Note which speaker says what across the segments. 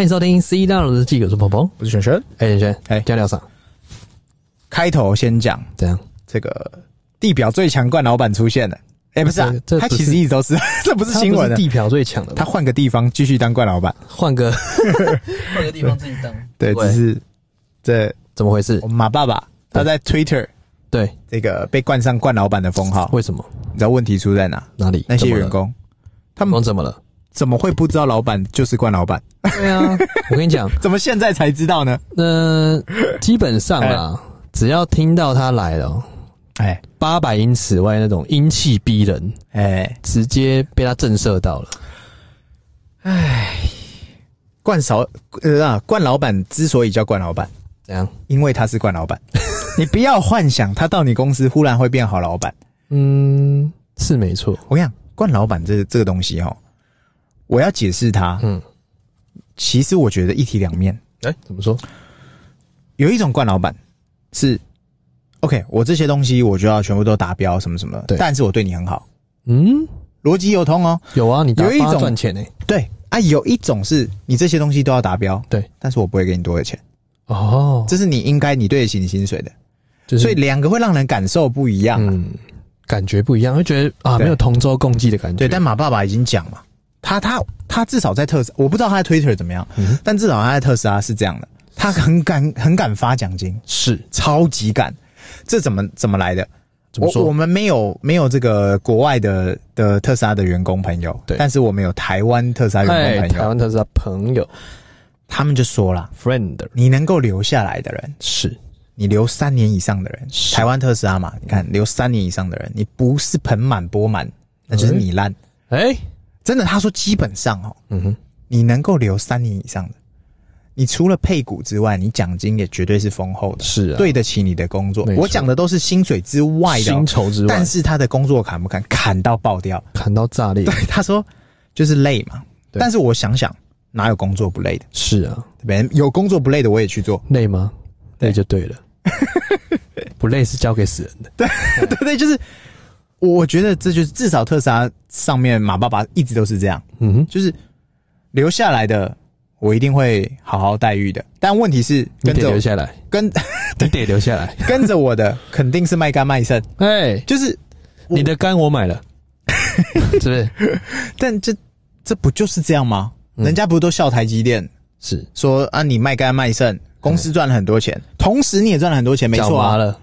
Speaker 1: 迎收听《C 大佬日记》，我是鹏鹏。
Speaker 2: 我是璇璇。
Speaker 1: 哎，轩轩，
Speaker 2: 哎
Speaker 1: 今天聊啥？
Speaker 2: 开头先讲
Speaker 1: 怎样？
Speaker 2: 这个地表最强冠老板出现了，哎、不是啊
Speaker 1: 这，这
Speaker 2: 他
Speaker 1: 不是
Speaker 2: 其实一直都是， 这不是新闻啊
Speaker 1: 他
Speaker 2: 的
Speaker 1: 不是，地表最强的 吧，
Speaker 2: 他换个地方继续当冠老板，
Speaker 1: 换个换个地方自己当。
Speaker 2: 对，
Speaker 1: 对
Speaker 2: 只是这
Speaker 1: 怎么回事
Speaker 2: 我？们马爸爸
Speaker 1: 对
Speaker 2: 他在 Twitter
Speaker 1: 对，
Speaker 2: 这个被冠上冠老板的封号，
Speaker 1: 为什么？
Speaker 2: 你知道问题出在哪？
Speaker 1: 哪里？
Speaker 2: 那些
Speaker 1: 怎么了
Speaker 2: 员，工他
Speaker 1: 员
Speaker 2: 们
Speaker 1: 工怎么了？
Speaker 2: 怎么会不知道老板就是冠老板？
Speaker 1: 对啊， 我跟你讲，
Speaker 2: 怎么现在才知道呢？
Speaker 1: 那基本上啦，只要听到他来了，
Speaker 2: 哎
Speaker 1: 八百英尺外那种英气逼人，
Speaker 2: 哎，
Speaker 1: 直接被他震慑到了。
Speaker 2: 冠少呃啊，冠老板之所以叫冠老板，
Speaker 1: 怎样？
Speaker 2: 因为他是 冠老板，你不要幻想他到你公司忽然会变好老板。
Speaker 1: 嗯，是没错。
Speaker 2: 我跟你讲，冠老板这这个东西哦，我要解释它，
Speaker 1: 嗯，
Speaker 2: 其实我觉得一体两面。
Speaker 1: 哎、怎么说？
Speaker 2: 有一种冠老板是，OK，我这些东西我就要全部都达标，什么什么的，
Speaker 1: 对
Speaker 2: 但是我对你很好，
Speaker 1: 嗯，
Speaker 2: 逻辑有通哦。
Speaker 1: 有啊，你打
Speaker 2: 有一
Speaker 1: 帮他
Speaker 2: 种
Speaker 1: 赚钱呢、
Speaker 2: 对啊，有一种是你这些东西都要达标，
Speaker 1: 对，
Speaker 2: 但是我不会给你多的钱，
Speaker 1: 哦，
Speaker 2: 这是你应该你对得起你薪水的。
Speaker 1: 就是
Speaker 2: 所以两个会让人感受不一样。啊
Speaker 1: 嗯，感觉不一样，会觉得啊，
Speaker 2: 对
Speaker 1: 没有同舟共济的感觉。
Speaker 2: 对，但马爸爸已经讲嘛，他他他至少在特斯，我不知道他在 Twitter 怎么样，
Speaker 1: 嗯哼
Speaker 2: 但至少他在特斯拉是这样的，他很敢很敢发奖金，
Speaker 1: 是
Speaker 2: 超级敢。这怎么怎么来的？
Speaker 1: 怎么
Speaker 2: 我我
Speaker 1: 说？
Speaker 2: 们没有没有这个国外的的特斯拉的员工朋友，
Speaker 1: 对
Speaker 2: 但是我们有台湾特斯拉员
Speaker 1: 哎，
Speaker 2: 工朋
Speaker 1: 台
Speaker 2: 友，
Speaker 1: 湾特斯拉朋友
Speaker 2: 他们就说了，
Speaker 1: friend
Speaker 2: 你能够留下来的人，
Speaker 1: 是
Speaker 2: 你留三年以上的人，
Speaker 1: 是
Speaker 2: 台湾特斯拉嘛，你看留三年以上的人，你不是盆满钵满，那就是你烂。
Speaker 1: 哎、
Speaker 2: 真的，他说基本上哦，
Speaker 1: 嗯哼，
Speaker 2: 你能够留三年以上的，你除了配股之外，你奖金也绝对是丰厚的，
Speaker 1: 是啊，
Speaker 2: 对得起你的工作
Speaker 1: 没。错
Speaker 2: 我讲的都是薪水之外的哦、
Speaker 1: 薪酬之外，
Speaker 2: 但是他的工作砍不砍，砍到爆掉。
Speaker 1: 砍到炸裂，
Speaker 2: 他说就是累嘛，
Speaker 1: 对
Speaker 2: 但是我想想，哪有工作不累的？
Speaker 1: 是啊，
Speaker 2: 对不对？有工作不累的我也去做，
Speaker 1: 累吗？
Speaker 2: 对
Speaker 1: 累就对 了，不累是交给死人的。
Speaker 2: 对不对？就是我我觉得这就是至少特斯拉上面马爸爸一直都是这样，
Speaker 1: 嗯哼，
Speaker 2: 就是留下来的我一定会好好待遇的。但问题是
Speaker 1: 你
Speaker 2: 跟
Speaker 1: 得
Speaker 2: 着
Speaker 1: 留
Speaker 2: 我
Speaker 1: 下来，
Speaker 2: 跟
Speaker 1: 你得留下来。
Speaker 2: 跟着我的肯定是卖肝卖肾，
Speaker 1: 哎、
Speaker 2: 就是我
Speaker 1: 你的肝我 买了，是不是？
Speaker 2: 但这这不就是这样吗？
Speaker 1: 嗯
Speaker 2: 人家不都笑台积电
Speaker 1: 是
Speaker 2: 说啊，你卖肝卖肾，公司赚了很多钱，同时你也赚了很多钱，没
Speaker 1: 脚
Speaker 2: 错
Speaker 1: 麻
Speaker 2: 啊，
Speaker 1: 了，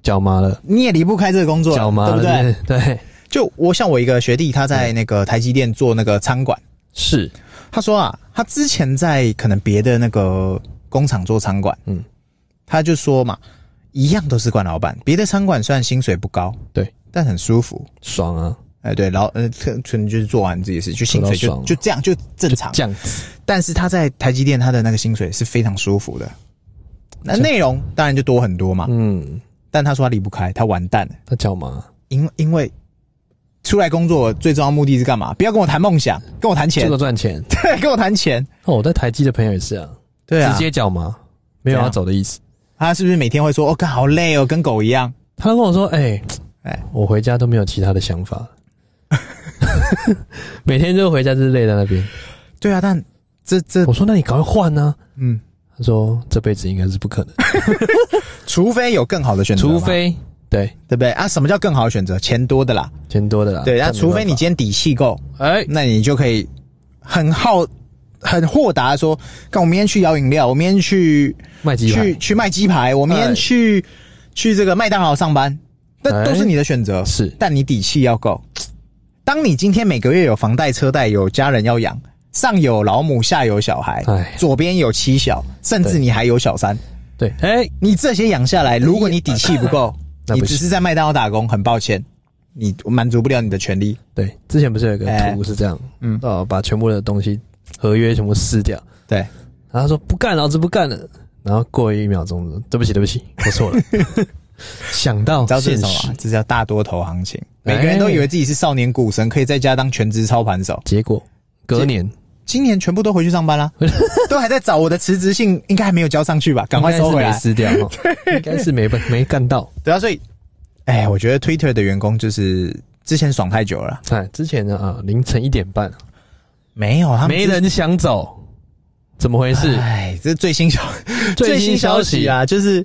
Speaker 1: 脚麻了，
Speaker 2: 你也离不开这个工作，
Speaker 1: 脚麻了，
Speaker 2: 对不对？
Speaker 1: 是不是对，
Speaker 2: 就我像我一个学弟，他在那个台积电做那个仓
Speaker 1: 嗯
Speaker 2: 管，
Speaker 1: 是
Speaker 2: 他说啊，他之前在可能别的那个工厂做仓管，
Speaker 1: 嗯
Speaker 2: 嗯，他就说嘛，一样都是管老板，别的仓管虽然薪水不高，
Speaker 1: 对，
Speaker 2: 但很舒服。
Speaker 1: 爽啊，
Speaker 2: 哎，对，然后呃，可可能就是做完自己的事，就薪水
Speaker 1: 做到
Speaker 2: 就
Speaker 1: 爽
Speaker 2: 就这样就正常。
Speaker 1: 这样子
Speaker 2: 但是他在台积电，他的那个薪水是非常舒服的，那内容当然就多很多嘛。
Speaker 1: 嗯，
Speaker 2: 但他说他离不开，他完蛋了，
Speaker 1: 他脚麻，
Speaker 2: 因因为出来工作最重要目的是干嘛？不要跟我谈梦想，跟我谈钱
Speaker 1: 这，个赚钱。
Speaker 2: 对，跟我谈钱。
Speaker 1: 哦，我在台积的朋友也是啊，
Speaker 2: 对啊，
Speaker 1: 直接脚麻，没有啊
Speaker 2: 怎样
Speaker 1: 要走的意思。
Speaker 2: 他是不是每天会说哦，干好累哦，跟狗一样？
Speaker 1: 他跟我说：“哎、哎
Speaker 2: 哎，
Speaker 1: 我回家都没有其他的想法， 每天就回家就是累在那边。
Speaker 2: 对啊，但这”这
Speaker 1: 我说：“那你赶快换呢、
Speaker 2: 嗯，
Speaker 1: 他说：“这辈子应该是不可 能，
Speaker 2: 除非有更好的选择嘛，
Speaker 1: 除非对
Speaker 2: 对不对啊？什么叫更好的选择？钱多的啦，
Speaker 1: 钱多啊的啦。
Speaker 2: 对，
Speaker 1: 这
Speaker 2: 那
Speaker 1: 样没办法”
Speaker 2: 除非你今天底气够，
Speaker 1: 哎、
Speaker 2: 那你就可以很好。很豁达地说，看我明天去摇饮料，我明天去
Speaker 1: 卖鸡排
Speaker 2: 去去卖鸡排，我明
Speaker 1: 哎
Speaker 2: 天去去这个麦当劳上班，那都是你的选择。
Speaker 1: 是
Speaker 2: 但你底气要够。当你今天每个月有房贷、车贷，有家人要养，上有老母，下有小孩
Speaker 1: 哎，
Speaker 2: 左边有妻小，甚至
Speaker 1: 对
Speaker 2: 你还有小三，
Speaker 1: 对哎、
Speaker 2: 你这些养下来，如果你底气不够，
Speaker 1: 那
Speaker 2: 你
Speaker 1: 不行
Speaker 2: 只是在麦当劳打工，很抱歉，你满足不了你的权利。
Speaker 1: 对，之前不是有一个
Speaker 2: 哎
Speaker 1: 图是这样，嗯
Speaker 2: 嗯，
Speaker 1: 哦，把全部的东西合约全部撕掉，
Speaker 2: 对，
Speaker 1: 然后他说不干，老子不干了。然后过了一秒钟，对不起，对不起，我错 了。想到
Speaker 2: 你知道这
Speaker 1: 现实
Speaker 2: 是什么啊吗？这叫大多头行情。
Speaker 1: 哎
Speaker 2: 每个人都以为自己是少年股神，可以在家当全职操盘手。
Speaker 1: 结果隔年
Speaker 2: 今年全部都回去上班 啦，都还在找我的辞职信，应该还没有交上去吧？赶快收回
Speaker 1: 应该是
Speaker 2: 来
Speaker 1: 没。撕掉哦，应该是没办没干到。
Speaker 2: 对啊，所以，哎，我觉得 Twitter 的员工就是之前爽太久了啦，
Speaker 1: 哎，之前呢啊，凌晨一点半，
Speaker 2: 没有他们
Speaker 1: 没
Speaker 2: 之
Speaker 1: 人想走，怎么回事？
Speaker 2: 哎，这是最新消
Speaker 1: 最新消息
Speaker 2: 息啊，就是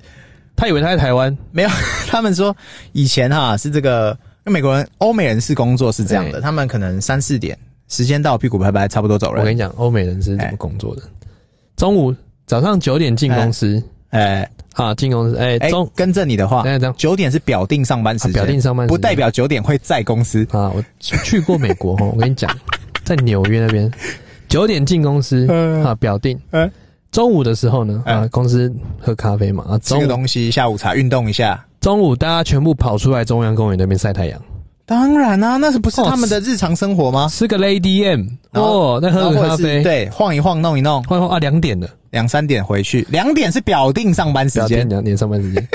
Speaker 1: 他以为他在台湾，
Speaker 2: 没有 他们说以前哈是这个，因为美国人欧美人士工作是这样的，
Speaker 1: 哎
Speaker 2: 他们可能三四点时间到，屁股拍拍，差不多走
Speaker 1: 我跟
Speaker 2: 人。
Speaker 1: 你讲，欧美人是怎么工作的？中午早上九点进公司
Speaker 2: 哎
Speaker 1: 啊，进公司，哎，
Speaker 2: 哎
Speaker 1: 中，
Speaker 2: 跟着你的话
Speaker 1: 等，一下这样
Speaker 2: 九点是表定上班时间，
Speaker 1: 啊表定上班时
Speaker 2: 不
Speaker 1: 间
Speaker 2: 代表九点会在公司。
Speaker 1: 啊，我去去过美国哦，我跟你讲，在纽约那边九点进公司
Speaker 2: 嗯
Speaker 1: 啊，表定
Speaker 2: 嗯。
Speaker 1: 中午的时候呢，啊，
Speaker 2: 嗯
Speaker 1: 公司喝咖啡嘛，啊，
Speaker 2: 吃
Speaker 1: 中
Speaker 2: 个
Speaker 1: 午
Speaker 2: 东西，下午茶，运动一下。
Speaker 1: 中午大家全部跑出来中央公园那边晒太阳，
Speaker 2: 当然啊，那是不是
Speaker 1: 哦
Speaker 2: 他们的日常生活吗？
Speaker 1: 吃个 Lady M，
Speaker 2: 然后
Speaker 1: 哦，再喝
Speaker 2: 然后
Speaker 1: 个
Speaker 2: 或者
Speaker 1: 咖
Speaker 2: 是
Speaker 1: 啡，，
Speaker 2: 对，晃一晃，弄一弄，
Speaker 1: 换换啊，两点了，
Speaker 2: 两三点回去，两点是表定上班时
Speaker 1: 两点
Speaker 2: 间
Speaker 1: 两点上班时间，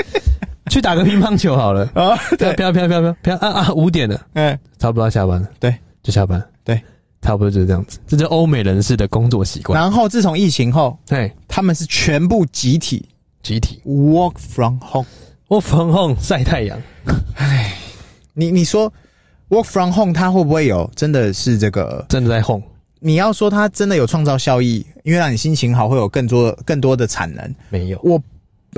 Speaker 1: 去打个乒乓球好了，
Speaker 2: 啊。
Speaker 1: 飘
Speaker 2: 对，
Speaker 1: 飘飘飘飘飘啊啊，五点了。
Speaker 2: 嗯，
Speaker 1: 差不多要下班了，
Speaker 2: 对，
Speaker 1: 就下班，
Speaker 2: 对，
Speaker 1: 差不多就是这样子，这就是欧美人士的工作习惯，
Speaker 2: 然后自从疫情后，
Speaker 1: 对，
Speaker 2: 他们是全部集体
Speaker 1: 集体
Speaker 2: work from home。
Speaker 1: 我粉红晒太阳，
Speaker 2: 你你说 work from home，它会不会有真的是这个？
Speaker 1: 真的在哄，
Speaker 2: 你要说它真的有创造效益，因为让你心情好，会有更多更多的产能。
Speaker 1: 没有，
Speaker 2: 我，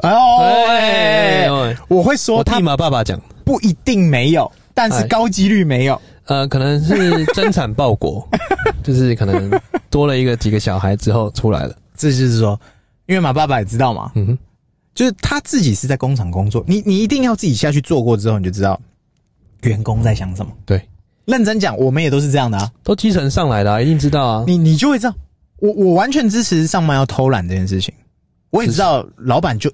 Speaker 2: 哎呦，
Speaker 1: 哎
Speaker 2: 哎我会说
Speaker 1: 我
Speaker 2: 它
Speaker 1: 替马爸爸讲，
Speaker 2: 不一定没有，但是
Speaker 1: 哎
Speaker 2: 高几率没有。
Speaker 1: 呃，可能是增产报 国，就是可能多了一个几个小孩之后出来了，
Speaker 2: 这就是说，因为马爸爸也知道嘛，
Speaker 1: 嗯哼，
Speaker 2: 就是他自己是在工厂工作，你你一定要自己下去做过之后，你就知道员工在想什么。
Speaker 1: 对，
Speaker 2: 认真讲，我们也都是这样的啊，
Speaker 1: 都基层上来的、啊，一定知道啊，
Speaker 2: 你你就会知道，我我完全支持上班要偷懒这件事情，我也知道老板就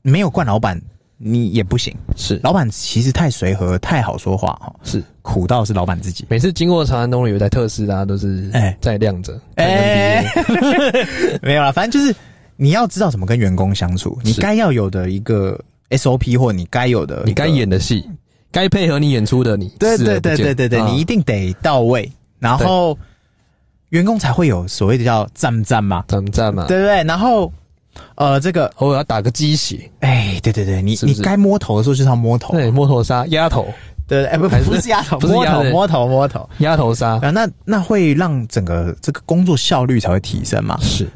Speaker 2: 没有惯老板。你也不行，
Speaker 1: 是
Speaker 2: 老板其实太随和，太好说话哈，
Speaker 1: 是，
Speaker 2: 苦到是老板自己。
Speaker 1: 每次经过长安东路有一台特斯拉，都是
Speaker 2: 哎
Speaker 1: 在亮着，
Speaker 2: 哎
Speaker 1: 哎，
Speaker 2: 没有啦，反正就是你要知道怎么跟员工相处，你
Speaker 1: 是
Speaker 2: 该要有的一个 SOP 或你该有的一个，
Speaker 1: 你该演的戏，该配合你演出的你，
Speaker 2: 对
Speaker 1: 视而
Speaker 2: 对
Speaker 1: 不
Speaker 2: 对
Speaker 1: 见
Speaker 2: 对对对，
Speaker 1: 啊
Speaker 2: 你一定得到位，然后员工才会有所谓的叫赞不赞嘛，
Speaker 1: 咱们站嘛，
Speaker 2: 对不对？然后呃，这个
Speaker 1: 偶尔要打个鸡血，
Speaker 2: 哎，对对对，你
Speaker 1: 是不
Speaker 2: 你
Speaker 1: 是
Speaker 2: 该摸头的时候就是要摸头，对
Speaker 1: 对，摸头杀、压头、
Speaker 2: 对，哎不
Speaker 1: 还是
Speaker 2: 不是压头，
Speaker 1: 不是
Speaker 2: 摸
Speaker 1: 压
Speaker 2: 头
Speaker 1: 的
Speaker 2: 摸头摸头
Speaker 1: 压头杀，
Speaker 2: 啊，那那会让整个这个工作效率才会提升嘛。
Speaker 1: 是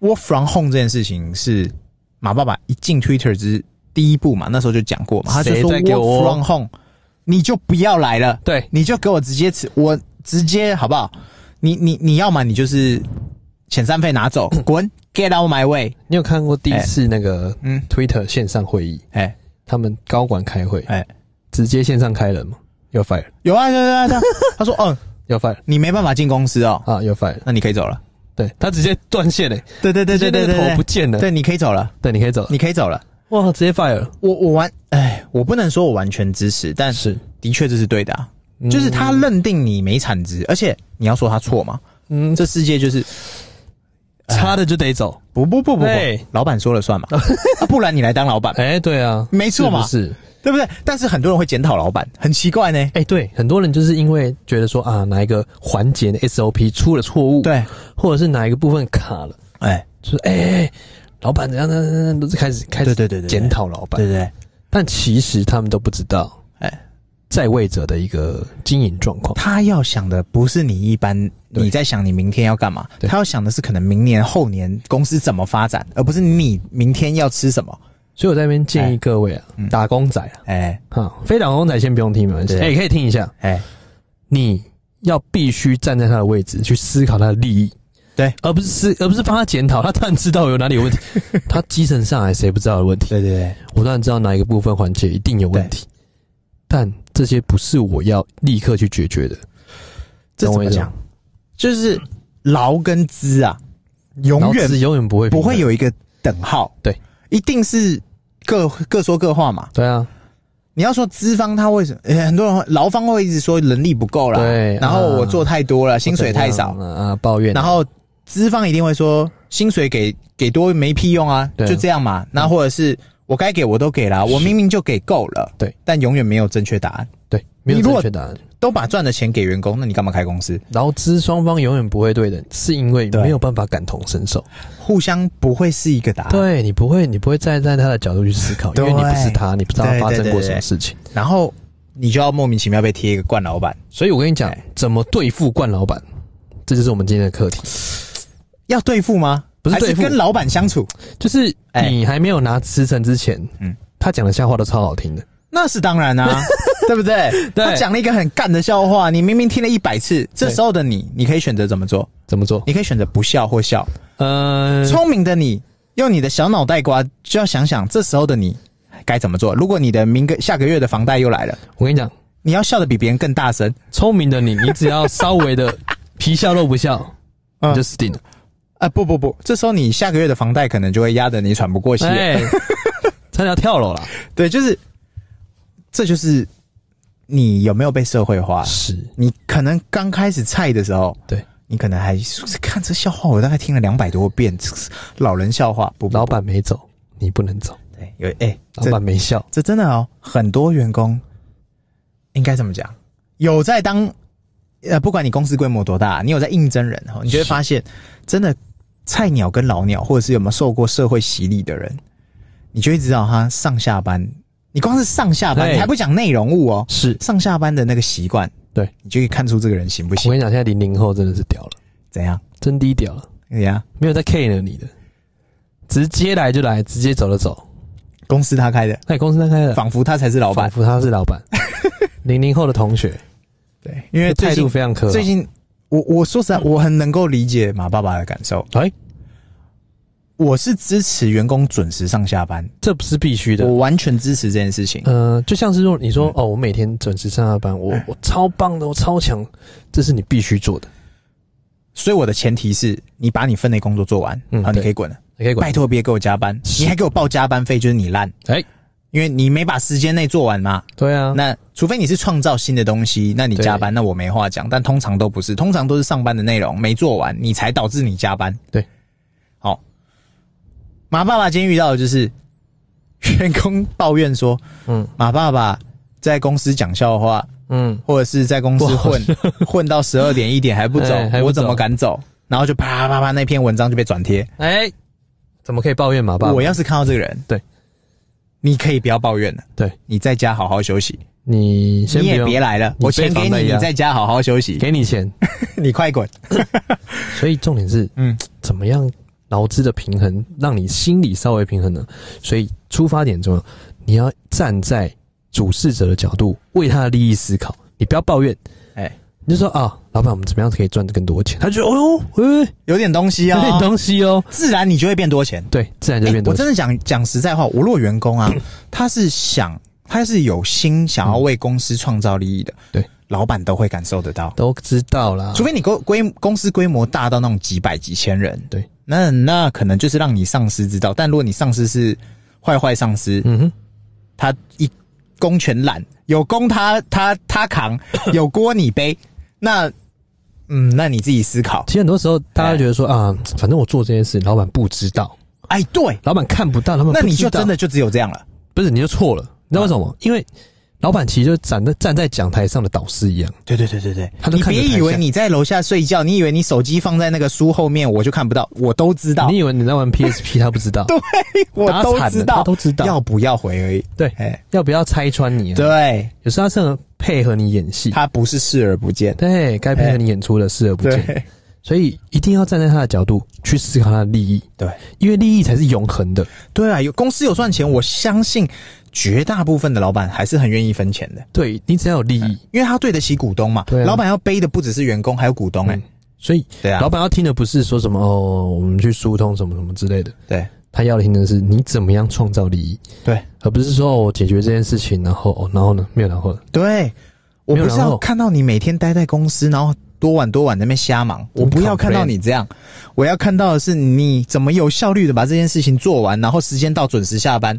Speaker 2: work from home 这件事情是马爸爸一进 Twitter 之第一步嘛，那时候就讲过嘛，他就
Speaker 1: 谁
Speaker 2: 说
Speaker 1: 在给
Speaker 2: work
Speaker 1: 我
Speaker 2: from home，你就不要来了，
Speaker 1: 对，
Speaker 2: 你就给我直接辞，我直接好不好？你你你要嘛，你就是遣散费拿 走，滚，get out my way，
Speaker 1: 你有看过第一次那个
Speaker 2: 嗯，
Speaker 1: Twitter 线上会议，
Speaker 2: 哎、
Speaker 1: 他们高管开会，
Speaker 2: 哎、
Speaker 1: 直接线上开人嘛，要 fire，
Speaker 2: 有啊，有啊， 有啊，有啊他说，嗯，
Speaker 1: 要 fire
Speaker 2: 你没办法进公司哦，
Speaker 1: 啊，要 fire，
Speaker 2: 那你可以走了，
Speaker 1: 对他直接断线嘞，
Speaker 2: 对对对
Speaker 1: 直
Speaker 2: 对
Speaker 1: 接那个
Speaker 2: 对
Speaker 1: 头
Speaker 2: 对
Speaker 1: 不
Speaker 2: 对，
Speaker 1: 见了，
Speaker 2: 对，你可以走了，
Speaker 1: 对，你可以走了，
Speaker 2: 你可以走了，
Speaker 1: 哇，直接 fire，
Speaker 2: 我我完，哎，我不能说我完全支持，但
Speaker 1: 是，
Speaker 2: 的确这是对的、啊。
Speaker 1: 嗯
Speaker 2: 就是他认定你没产值，而且你要说他错嘛？
Speaker 1: 嗯，哎
Speaker 2: 这世界就是
Speaker 1: 差的就得走，
Speaker 2: 不不不不不
Speaker 1: 对，
Speaker 2: 老板说了 算嘛，啊不然你来当老板，
Speaker 1: 哎，对啊，
Speaker 2: 没错
Speaker 1: 是
Speaker 2: 嘛
Speaker 1: 不是，
Speaker 2: 对不对？但是很多人会检讨老板，很奇怪呢。
Speaker 1: 哎，对，很多人就是因为觉得说啊，哪一个环节的 SOP 出了错误，，
Speaker 2: 对，
Speaker 1: 或者是哪一个部分卡了。
Speaker 2: 哎，
Speaker 1: 就是哎、哎哎老板怎样怎样怎样，都是开始开始
Speaker 2: 对对对对对
Speaker 1: 检讨老板，
Speaker 2: 对不对？
Speaker 1: 但其实他们都不知道
Speaker 2: 哎，
Speaker 1: 在位者的一个经营状况，
Speaker 2: 他要想的不是你一般
Speaker 1: 对
Speaker 2: 你在想你明天要干嘛，
Speaker 1: 对
Speaker 2: 他要想的是可能明年后年公司怎么发展，而不是你明天要吃什么。
Speaker 1: 所以我在那边建议各位啊，打工仔啊，
Speaker 2: 哎
Speaker 1: 哈，非打工仔先不用听没关系，哎、
Speaker 2: 嗯对
Speaker 1: 可以听一下，
Speaker 2: 哎，
Speaker 1: 你要必须站在他的位置去思考他的利益。
Speaker 2: 对，
Speaker 1: 而不是思而不是帮他检讨，他当然知道有哪里 有问题，他基层上来谁不知道有问题？
Speaker 2: 对对对，
Speaker 1: 我当然知道哪一个部分环节一定有问题，但这些不是我要立刻去解决的。
Speaker 2: 这
Speaker 1: 懂
Speaker 2: 怎
Speaker 1: 我
Speaker 2: 么
Speaker 1: 意思吗
Speaker 2: 讲？就是劳跟资啊，永
Speaker 1: 劳
Speaker 2: 远
Speaker 1: 资永远不会平
Speaker 2: 不
Speaker 1: 衡
Speaker 2: 会有一个等号，
Speaker 1: 对，
Speaker 2: 一定是各各说各话嘛。
Speaker 1: 对啊，
Speaker 2: 你要说资方他为什么？呃很多人会劳方会一直说人力不够啦，
Speaker 1: 对
Speaker 2: 然后
Speaker 1: 啊
Speaker 2: 我做太多了，薪水太少，
Speaker 1: 啊啊，抱怨，
Speaker 2: 然后资方一定会说薪水给给多没屁用啊，
Speaker 1: 对啊
Speaker 2: 就这样嘛。那或者是我该给我都给啦，我明明就给够了，
Speaker 1: 对，
Speaker 2: 但永远没有正确答案，
Speaker 1: 对，没有
Speaker 2: 你如
Speaker 1: 正
Speaker 2: 果
Speaker 1: 确答案。
Speaker 2: 都把赚的钱给员工，那你干嘛开公司？
Speaker 1: 劳资双方永远不会对等，是因为
Speaker 2: 对
Speaker 1: 没有办法感同身受。
Speaker 2: 互相不会是一个答案，
Speaker 1: 对你不会，你不会站在他的角度去思考，因
Speaker 2: 对
Speaker 1: 为你不是他，你不知道他发生过什么事情。
Speaker 2: 然后你就要莫名其妙被贴一个惯老板，哎
Speaker 1: 所以我跟你讲
Speaker 2: 对，
Speaker 1: 怎么对付冠老板，这就是我们今天的课题。
Speaker 2: 要对付吗？
Speaker 1: 不是
Speaker 2: 还
Speaker 1: 对付
Speaker 2: 跟老板相处，
Speaker 1: 就是
Speaker 2: 哎
Speaker 1: 你还没有拿辞呈之前，
Speaker 2: 嗯
Speaker 1: 嗯，他讲的笑话都超好听的，
Speaker 2: 那是当然 啊，对不对？
Speaker 1: 对
Speaker 2: 他讲了一个很干的笑话，你明明听了一百次，这时候的你，你可以选择怎么做？
Speaker 1: 怎么做？
Speaker 2: 你可以选择不笑或笑。
Speaker 1: 呃，
Speaker 2: 聪明的你，用你的小脑袋瓜，就要想想这时候的你该怎么做。如果你的明个下个月的房贷又来了，
Speaker 1: 我跟你讲，
Speaker 2: 你要笑的比别人更大声。
Speaker 1: 聪明的你，你只要稍微的皮笑肉不笑，
Speaker 2: 嗯
Speaker 1: 你就死定了。
Speaker 2: 啊、不不不，这时候你下个月的房贷可能就会压得你喘不过气了。
Speaker 1: 哎，差点要跳 楼了。
Speaker 2: 对，就是，这就是你有没有被社会化。
Speaker 1: 是，
Speaker 2: 你可能刚开始菜的时候，
Speaker 1: 对，
Speaker 2: 你可能还看这笑话，我大概听了两百多遍，这是老人笑话。不，不
Speaker 1: 老板没走，你不能走；
Speaker 2: 对，有哎、
Speaker 1: 老板没笑，
Speaker 2: 这真的哦，很多员工应该这么讲，有在当呃，不管你公司规模多大，你有在应征人哦，你就会发现，真的菜鸟跟老鸟，或者是有没有受过社会洗礼的人，你就会知道他上下班，你光是上下班，
Speaker 1: 对
Speaker 2: 你还不讲内容物哦，
Speaker 1: 是。
Speaker 2: 上下班的那个习惯，
Speaker 1: 对
Speaker 2: 你就可以看出这个人行不
Speaker 1: 我
Speaker 2: 行，
Speaker 1: 跟你讲，现在零零后真的是屌了，
Speaker 2: 怎样
Speaker 1: 真低屌了，
Speaker 2: 怎样，
Speaker 1: 没有在 K 了你的，直接来就来，直接走就走。
Speaker 2: 公司他开的，
Speaker 1: 那、你公司他开的，
Speaker 2: 仿佛他才是老
Speaker 1: 仿
Speaker 2: 板，
Speaker 1: 佛他是老 板。零零后的同学，
Speaker 2: 对，因为最
Speaker 1: 态
Speaker 2: 近
Speaker 1: 度非常苛刻。
Speaker 2: 最近，我我说实在，我很能够理解马爸爸的感受。
Speaker 1: 哎、
Speaker 2: 我是支持员工准时上下班，
Speaker 1: 这不是必须的
Speaker 2: 我。嗯完全支持这件事情。
Speaker 1: 呃，就像是说，你说、哦，我每天准时上下班，我
Speaker 2: 嗯
Speaker 1: 我超棒的，我超强，这是你必须做的。
Speaker 2: 所以我的前提是你把你分内工作做完，
Speaker 1: 嗯
Speaker 2: 然后你
Speaker 1: 对
Speaker 2: 可以滚了，
Speaker 1: 你可以管
Speaker 2: 拜。托别给我加班，
Speaker 1: 是
Speaker 2: 你还给我报加班费，就是你烂，
Speaker 1: 哎、
Speaker 2: 因为你没把时间内做完嘛。
Speaker 1: 对啊，
Speaker 2: 那除非你是创造新的东西，那你
Speaker 1: 对
Speaker 2: 加班，那我没话讲。但通常都不是，通常都是上班的内容没做完，你才导致你加班。
Speaker 1: 对，
Speaker 2: 好、马爸爸今天遇到的就是员工抱怨说，
Speaker 1: 嗯
Speaker 2: 马爸爸在公司讲笑话，
Speaker 1: 嗯，
Speaker 2: 或者是在公司
Speaker 1: 不好
Speaker 2: 混 混到十二点一点还不走
Speaker 1: 哎，还不走
Speaker 2: 我怎么敢走？然后就啪啪啪啪，那篇文章就被转贴。
Speaker 1: 哎、怎么可以抱怨马爸爸？
Speaker 2: 我要是看到这个人，
Speaker 1: 对，
Speaker 2: 你可以不要抱怨了，
Speaker 1: 对
Speaker 2: 你在家好好休息，
Speaker 1: 你先
Speaker 2: 你
Speaker 1: 不
Speaker 2: 也
Speaker 1: 用
Speaker 2: 别来了，
Speaker 1: 你
Speaker 2: 我
Speaker 1: 被啊
Speaker 2: 钱
Speaker 1: 房
Speaker 2: 给
Speaker 1: 贷
Speaker 2: 你，
Speaker 1: 压
Speaker 2: 你在家好好休 息，
Speaker 1: 给你钱，
Speaker 2: 你快滚。
Speaker 1: 所以重点是，
Speaker 2: 嗯
Speaker 1: 嗯，怎么样劳资的平衡，让你心里稍微平衡呢？所以出发点重要，你要站在主事者的角度，为他的利益思考，你不要抱怨，
Speaker 2: 哎，
Speaker 1: 你就说啊，老板，我们怎么样可以赚更多钱？他就觉得，哦呦，喂、
Speaker 2: 有点东西
Speaker 1: 有
Speaker 2: 啊
Speaker 1: 点，东西哦，
Speaker 2: 自然你就会变多钱。
Speaker 1: 对，自然就
Speaker 2: 哎
Speaker 1: 变
Speaker 2: 我
Speaker 1: 多钱。
Speaker 2: 真的讲讲实在话，我若员工 啊，他是想他是有心想要为公司创造利益的，
Speaker 1: 对，
Speaker 2: 老板都会感受得到。
Speaker 1: 都知道啦，
Speaker 2: 除非你公规公司规模大到那种几百几千人，
Speaker 1: 对，
Speaker 2: 那那可能就是让你上司知道。但如果你上司是坏坏上司，
Speaker 1: 嗯哼，
Speaker 2: 他一公全揽，有功他他他扛，有锅 你背，那嗯，那你自己思考
Speaker 1: 其。实很多时候大家觉得说啊，反正我做这件事，老板不知道，
Speaker 2: 哎，对，
Speaker 1: 老板看不到，老板
Speaker 2: 那
Speaker 1: 嗯不
Speaker 2: 你
Speaker 1: 知
Speaker 2: 就
Speaker 1: 道
Speaker 2: 真的就只有这样了。
Speaker 1: 不是你就错了，你知道为什么吗？因为老板其实就站在站在讲台上的导师一样。
Speaker 2: 对对对对对，
Speaker 1: 他都
Speaker 2: 你
Speaker 1: 看着
Speaker 2: 别以
Speaker 1: 台
Speaker 2: 为
Speaker 1: 下
Speaker 2: 你在楼下睡觉，你以为你手机放在那个书后面我就看不到，我都知道
Speaker 1: 你，以为你在玩 PSP，他不知道，
Speaker 2: 我
Speaker 1: 打
Speaker 2: 都
Speaker 1: 惨
Speaker 2: 知
Speaker 1: 了
Speaker 2: 道，
Speaker 1: 他都知道
Speaker 2: 要不要回而已。
Speaker 1: 对
Speaker 2: 哎，
Speaker 1: 要不要拆穿你、啊？，
Speaker 2: 对，
Speaker 1: 有时候他是很配合你演戏，
Speaker 2: 他不是视而不见。
Speaker 1: 对该配合你演出的视而不见，
Speaker 2: 对
Speaker 1: 所以一定要站在他的角度去思考他的利益，
Speaker 2: 对
Speaker 1: 因为利益才是永恒的。
Speaker 2: 对啊，有公司有赚钱，我相信绝大部分的老板还是很愿意分钱的，
Speaker 1: 对你只要有利益，
Speaker 2: 因为他对得起股东嘛。
Speaker 1: 对啊
Speaker 2: 老板要背的不只是员工，还有股东哎、
Speaker 1: 嗯所以
Speaker 2: 对啊
Speaker 1: 老板要听的不是说什么哦，我们去疏通什么什么之类的，
Speaker 2: 对
Speaker 1: 他要听的是你怎么样创造利益，
Speaker 2: 对
Speaker 1: 而不是说哦，我解决这件事情，然后哦，然后呢，没有然后了。
Speaker 2: 对，我
Speaker 1: 没有
Speaker 2: 不是
Speaker 1: 然
Speaker 2: 要
Speaker 1: 后
Speaker 2: 看到你每天待在公司，然后多晚多晚在那边瞎忙，我不要看到你这样，我要看到的是你怎么有效率的把这件事情做完，然后时间到准时下班。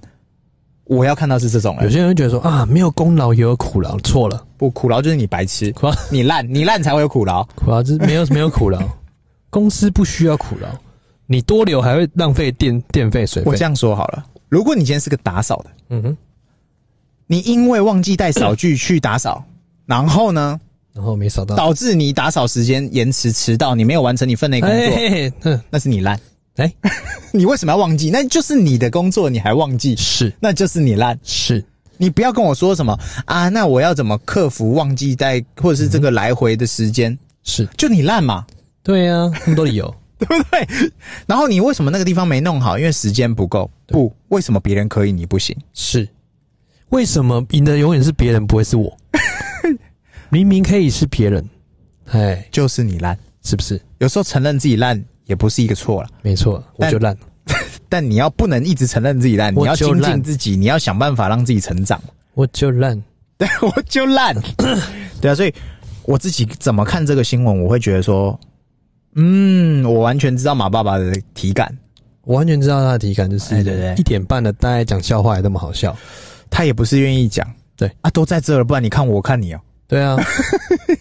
Speaker 2: 我要看到是这种
Speaker 1: 有
Speaker 2: 人，
Speaker 1: 些人会觉得说啊，没有功劳也有苦劳，错了，
Speaker 2: 不苦劳就是你白痴，
Speaker 1: 苦劳
Speaker 2: 你烂，你烂才会有苦劳。
Speaker 1: 苦劳就是没有没有苦 劳，公司不需要苦劳，你多留还会浪费电电费水
Speaker 2: 我
Speaker 1: 费
Speaker 2: 这。样说好了，如果你今天是个打扫的，
Speaker 1: 嗯哼，
Speaker 2: 你因为忘记带扫具去打 扫，然后呢，
Speaker 1: 然后没扫到，
Speaker 2: 导致你打扫时间延迟迟到，你没有完成你分内工
Speaker 1: 哎
Speaker 2: 作，
Speaker 1: 嘿嘿，嗯，
Speaker 2: 那是你烂。
Speaker 1: 哎，
Speaker 2: 你为什么要忘记？那就是你的工作，你还忘 记，
Speaker 1: 是
Speaker 2: 那就是你烂。
Speaker 1: 是，
Speaker 2: 你不要跟我说什么啊，那我要怎么克服忘记带或者是这个来回的时间？
Speaker 1: 是
Speaker 2: 就你烂嘛，
Speaker 1: 对呀、啊，那么多理由，
Speaker 2: 对不对？然后你为什么那个地方没弄好？因为时间不够。不，为什么别人可以你不行？
Speaker 1: 是，为什么赢的永远是别人，不会是 我？明明可以是别人，哎，
Speaker 2: 就是你烂。
Speaker 1: 是不是？
Speaker 2: 有时候承认自己烂也不是一个错了，
Speaker 1: 没错，我
Speaker 2: 但
Speaker 1: 就烂了。
Speaker 2: 但你要不能一直承认自己烂，
Speaker 1: 我
Speaker 2: 你要
Speaker 1: 就
Speaker 2: 精
Speaker 1: 烂
Speaker 2: 进自己，你要想办法让自己成长。
Speaker 1: 我就烂，
Speaker 2: 对，我就 烂。对啊，所以我自己怎么看这个新闻，我会觉得说，嗯，我完全知道马爸爸的体感，
Speaker 1: 我完全知道他的体感就是
Speaker 2: 哎对对
Speaker 1: 一点半的，大家讲笑话还那么好笑。
Speaker 2: 他也不是愿意讲。
Speaker 1: 对
Speaker 2: 啊，都在这了，不然你看我，我看你哦、
Speaker 1: 对 啊，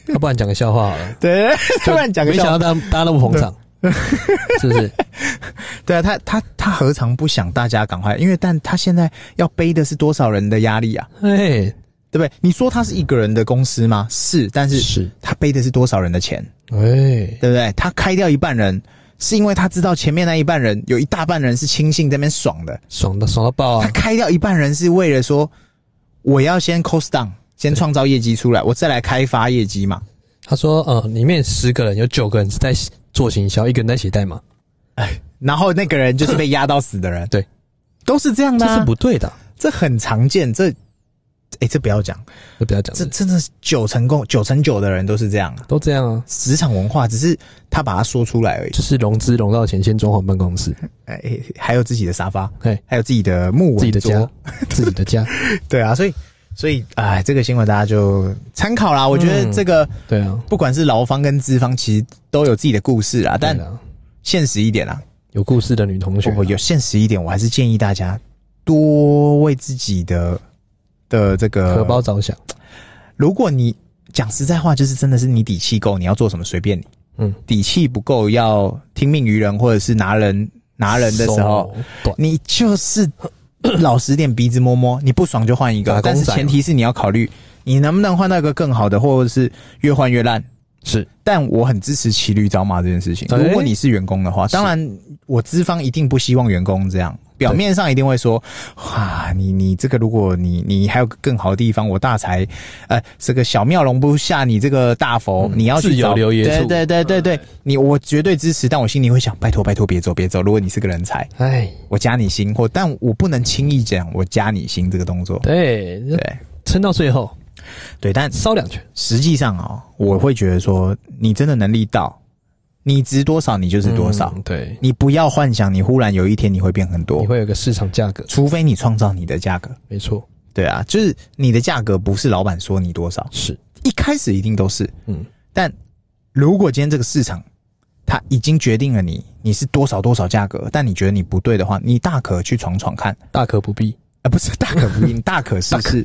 Speaker 1: 要不然讲个笑话好了。
Speaker 2: 对， 突然讲个
Speaker 1: 没
Speaker 2: 笑
Speaker 1: 想
Speaker 2: 话
Speaker 1: 到。大家大家那么捧场，是不是？
Speaker 2: 对啊，他他他何尝不想大家赶快？因为但他现在要背的是多少人的压力啊？
Speaker 1: 哎，
Speaker 2: 对不对？你说他是一个人的公司吗？是，但是
Speaker 1: 是，
Speaker 2: 他背的是多少人的钱？
Speaker 1: 哎，
Speaker 2: 对不对？他开掉一半人，是因为他知道前面那一半人有一大半人是轻信在那边爽的，
Speaker 1: 爽到爽到爆
Speaker 2: 他
Speaker 1: 啊！
Speaker 2: 开掉一半人是为了说，我要先 cost down，先创造业绩出来，我再来开发业绩嘛。
Speaker 1: 他说，呃，里面十个人有九个人是在做行销，一个人在写代码，
Speaker 2: 然后那个人就是被压到死的人，
Speaker 1: 对，
Speaker 2: 都是这样的、
Speaker 1: 这
Speaker 2: 啊，
Speaker 1: 是不对的啊。
Speaker 2: 这很常见，这，哎，这不要讲，
Speaker 1: 就不要讲
Speaker 2: 这
Speaker 1: 这，
Speaker 2: 真的是九成功九成九的人都是这样啊，
Speaker 1: 都这样啊，
Speaker 2: 职场文化只是他把它说出来而已，
Speaker 1: 就是融资融到钱先装潢办公室，
Speaker 2: 哎，还有自己的沙发，
Speaker 1: 哎，
Speaker 2: 还 有自己的木纹
Speaker 1: 自己的
Speaker 2: 桌
Speaker 1: 家，自己 的家，
Speaker 2: 对啊，所以所以哎，这个新闻大家就参考啦。我觉得
Speaker 1: 嗯
Speaker 2: 这个、
Speaker 1: 对啊，
Speaker 2: 不管是劳方跟资方，其实都有自己的故事啦，但
Speaker 1: 对啊
Speaker 2: 现实一点啦，
Speaker 1: 有故事的女同学啊，
Speaker 2: 我有现实一点，我还是建议大家多为自己的的这个
Speaker 1: 荷包。着想，
Speaker 2: 如果你讲实在话，就是真的是你底气够，你要做什么随便你。
Speaker 1: 嗯，
Speaker 2: 底气不够，要听命于人，或者是拿人拿人的时候，
Speaker 1: 手短，
Speaker 2: 你就是 老实点，鼻子摸摸，你不爽就换一个
Speaker 1: 打。工
Speaker 2: 但是
Speaker 1: 仔嘛
Speaker 2: 前提是你要考虑，你能不能换到一个更好的，或者是越换越烂。
Speaker 1: 是
Speaker 2: 但我很支持骑驴找马这件事情。
Speaker 1: 哎
Speaker 2: 如果你是员工的话，当然我资方一定不希望员工这样，表面上一定会说：哇，你你这个如果你你还有个更好的地方，我大才，呃，这个小庙容不下你这个大佛，
Speaker 1: 嗯
Speaker 2: 你要
Speaker 1: 自
Speaker 2: 去
Speaker 1: 有
Speaker 2: 找
Speaker 1: 留爷处嗯
Speaker 2: 对对对对对，你我绝对支持，但我心里会想：拜托拜托别走别走，如果你是个人才，
Speaker 1: 哎，
Speaker 2: 我加你薪，或但我不能轻易讲我加你薪这个动作。
Speaker 1: 对，
Speaker 2: 对
Speaker 1: 撑到最后
Speaker 2: 对，但
Speaker 1: 烧两拳，
Speaker 2: 实际上哦，我会觉得说，你真的能力到，你值多少你就是多少，
Speaker 1: 嗯对，
Speaker 2: 你不要幻想你忽然有一天你会变很
Speaker 1: 你
Speaker 2: 多，
Speaker 1: 会有个市场价格，
Speaker 2: 除非你创造你的价格。
Speaker 1: 没错，
Speaker 2: 对啊，就是你的价格不是老板说你多少，
Speaker 1: 是，
Speaker 2: 一开始一定都是。
Speaker 1: 嗯，
Speaker 2: 但如果今天这个市场它已经决定了你你是多少多少价格，但你觉得你不对的话，你大可去闯闯看，
Speaker 1: 大可不必，
Speaker 2: 啊、不是大可 不必，你大可试试。